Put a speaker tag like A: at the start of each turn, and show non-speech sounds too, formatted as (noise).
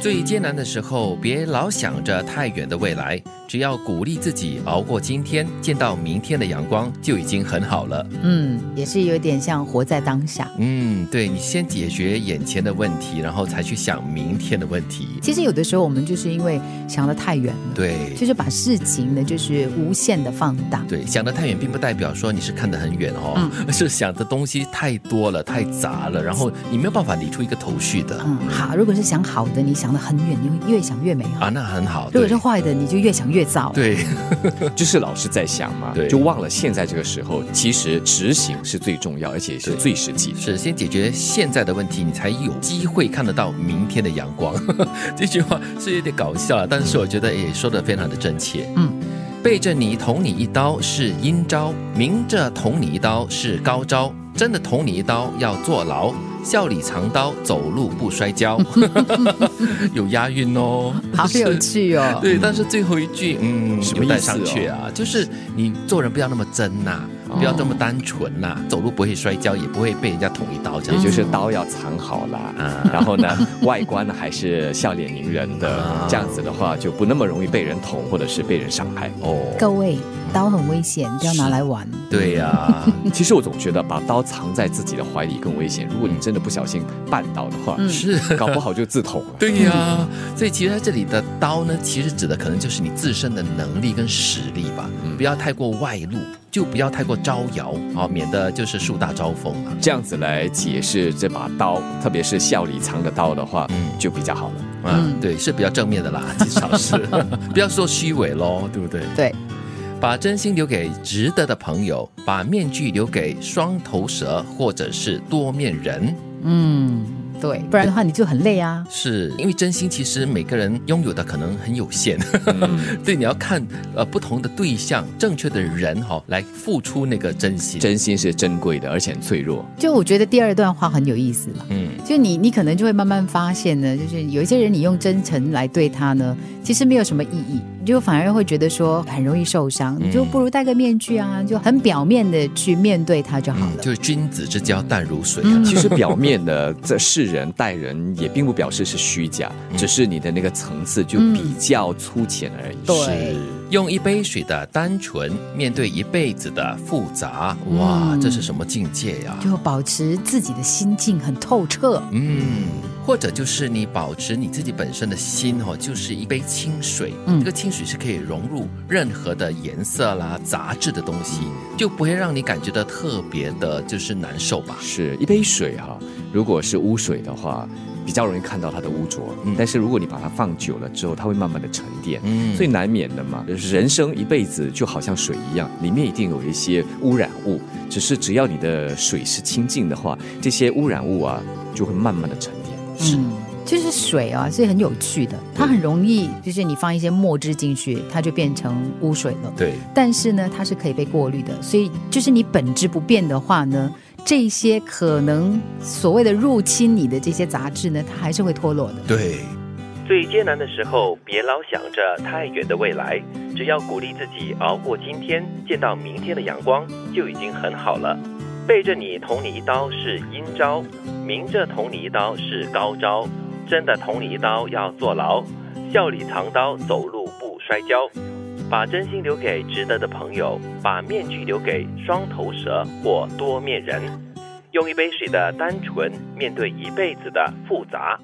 A: 最艰难的时候，别老想着太远的未来，只要鼓励自己熬过今天，见到明天的阳光就已经很好了。
B: 嗯，也是有点像活在当下。
A: 嗯，对你先解决眼前的问题，然后才去想明天的问题。
B: 其实有的时候我们就是因为想得太远了，
A: 对，
B: 就是把事情呢就是无限的放大。
A: 对，想得太远，并不代表说你是看得很远哦，
B: 嗯
A: 而 (laughs) 是想的东西太多了、太杂了，然后你没有办法理出一个头绪的。
B: 嗯，好，如果是想好的，你想得很远，你会越想越美好；
A: 啊，那很好。
B: 如果
A: 对
B: 是坏的，你就越想越糟。
A: 对，
C: 就是老是在想嘛
A: 对，
C: 就忘了现在这个时候，其实执行是最重要，而且是
A: 对
C: 最实际的。
A: 是先解决现在的问题，你才有机会看得到明天的阳光。 (laughs) 这句话是有点搞笑了，但是我觉得也说的非常的真切。
B: 嗯，
A: 背着你捅你一刀是阴招，明着捅你一刀是高招。真的捅你一刀要坐牢，笑里藏刀，走路不摔
B: (laughs)
A: 跤。有押韵哦，
B: 好
A: 是
B: 有趣
A: (laughs)
B: 哦。
A: 对，但是最后一句，嗯，
C: 什
A: 有
C: 么
A: 带
C: 啊意思哦
A: 上去啊？就是你做人不要那么真呐、不要这么单纯呐、走路不会摔跤，也不会被人家捅一刀这
C: 也
A: 样。
C: 就是刀要藏好啦，
A: 啊
C: 然后呢， (laughs) 外观呢还是笑脸迎人的
A: 啊，
C: 这样子的话就不那么容易被人捅或者是被人伤害。
A: 哦，
B: 各位，刀很危险，不要拿来玩。
A: 对呀、
C: (laughs) 其实我总觉得把刀藏在自己的怀里更危险，如果你真的不小心绊倒的话，
B: 嗯
A: 是。
C: 搞不好就自捅了。
A: (laughs) 对呀、所以其实在这里的刀呢，其实指的可能就是你自身的能力跟实力吧，
C: 嗯
A: 不要太过外露，就不要太过招摇啊、免得就是树大招风啊。
C: 这样子来解释这把刀，特别是笑里藏的刀的话，
A: 嗯
C: 就比较好了。
A: 啊，
B: 嗯
A: 对，是比较正面的啦，至少
C: (laughs)
A: 是不要说虚伪喽，对不对？
B: 对，
A: 把真心留给值得的朋友，把面具留给双头蛇或者是多面人。
B: 嗯，对，不然的话你就很累啊。
A: 是因为真心其实每个人拥有的可能很有限， (laughs)
C: 嗯
A: 对，你要看呃不同的对象、正确的人哈、来付出那个真心。
C: (laughs) 真心是珍贵的，而且很脆弱。
B: 就我觉得第二段话很有意思了。
A: 嗯，
B: 就你，你可能就会慢慢发现呢，就是有一些人，你用真诚来对他呢，其实没有什么意义，你就反而会觉得说很容易受伤，
A: 嗯
B: 你就不如戴个面具啊，就很表面的去面对他就好
A: 嗯，
B: 了。
A: 就是君子之交淡如水啊。(laughs)
B: 嗯
C: (laughs) 其实表面的这是人待人，也并不表示是虚假，
A: 嗯
C: 只是你的那个层次就比较粗浅而已。
B: 对，
A: 用一杯水的单纯面对一辈子的复杂，哇，
B: 嗯
A: 这是什么境界呀、
B: 就保持自己的心境很透彻。
A: 嗯，或者就是你保持你自己本身的心哦，就是一杯清水，
B: 嗯
A: 这个清水是可以融入任何的颜色啦、杂质的东西，就不会让你感觉到特别的，就是难受吧。
C: 是一杯水哈、如果是污水的话，比较容易看到它的污浊。
A: 嗯
C: 但是如果你把它放久了之后，它会慢慢的沉淀。
A: 嗯
C: 所以难免的嘛，人生一辈子就好像水一样，里面一定有一些污染物。只是只要你的水是清净的话，这些污染物啊就会慢慢的沉淀。
A: 是
B: 嗯，就是水啊，是很有趣的，它很容易，就是你放一些墨汁进去，它就变成污水了。
A: 对，
B: 但是呢，它是可以被过滤的，所以就是你本质不变的话呢，这些可能所谓的入侵你的这些杂质呢，它还是会脱落的。
A: 对。最艰难的时候，别老想着太远的未来，只要鼓励自己熬过今天，见到明天的阳光就已经很好了。背着你捅你一刀是阴招，明着捅你一刀是高招。真的捅你一刀要坐牢，笑里藏刀，走路不摔跤。把真心留给值得的朋友，把面具留给双头蛇或多面人。用一杯水的单纯面对一辈子的复杂。